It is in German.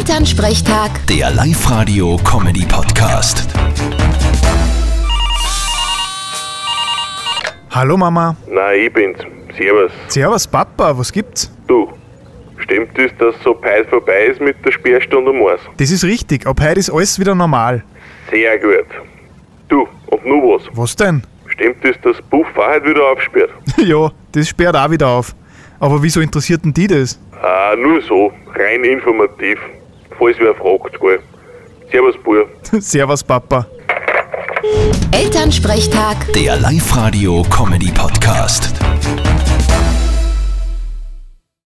Elternsprechtag, Der Live-Radio-Comedy-Podcast. Hallo Mama. Nein, ich bin's. Servus. Servus Papa, was gibt's? Du, stimmt es, dass so bald vorbei ist mit der Sperrstunde um eins? Das ist richtig, ab heute ist alles wieder normal. Sehr gut. Du, und nur was? Was denn? Stimmt es, dass Buff Wahrheit wieder aufsperrt? ja, das sperrt auch wieder auf. Aber wieso interessiert denn die das? Ah, nur so. Rein informativ. Falls wer fragt, gell. Servus, Bub. Servus Papa. Elternsprechtag. Der Live-Radio-Comedy-Podcast.